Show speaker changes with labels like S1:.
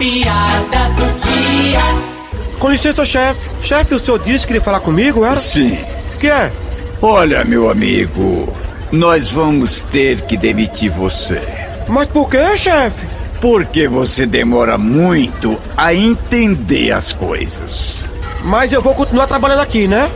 S1: piada do dia.
S2: Com licença, chefe. Chefe, o senhor disse que queria falar comigo, era?
S3: Sim.
S2: O que é?
S3: Olha, meu amigo, nós vamos ter que demitir você.
S2: Mas por que, chefe?
S3: Porque você demora muito a entender as coisas.
S2: Mas eu vou continuar trabalhando aqui, né?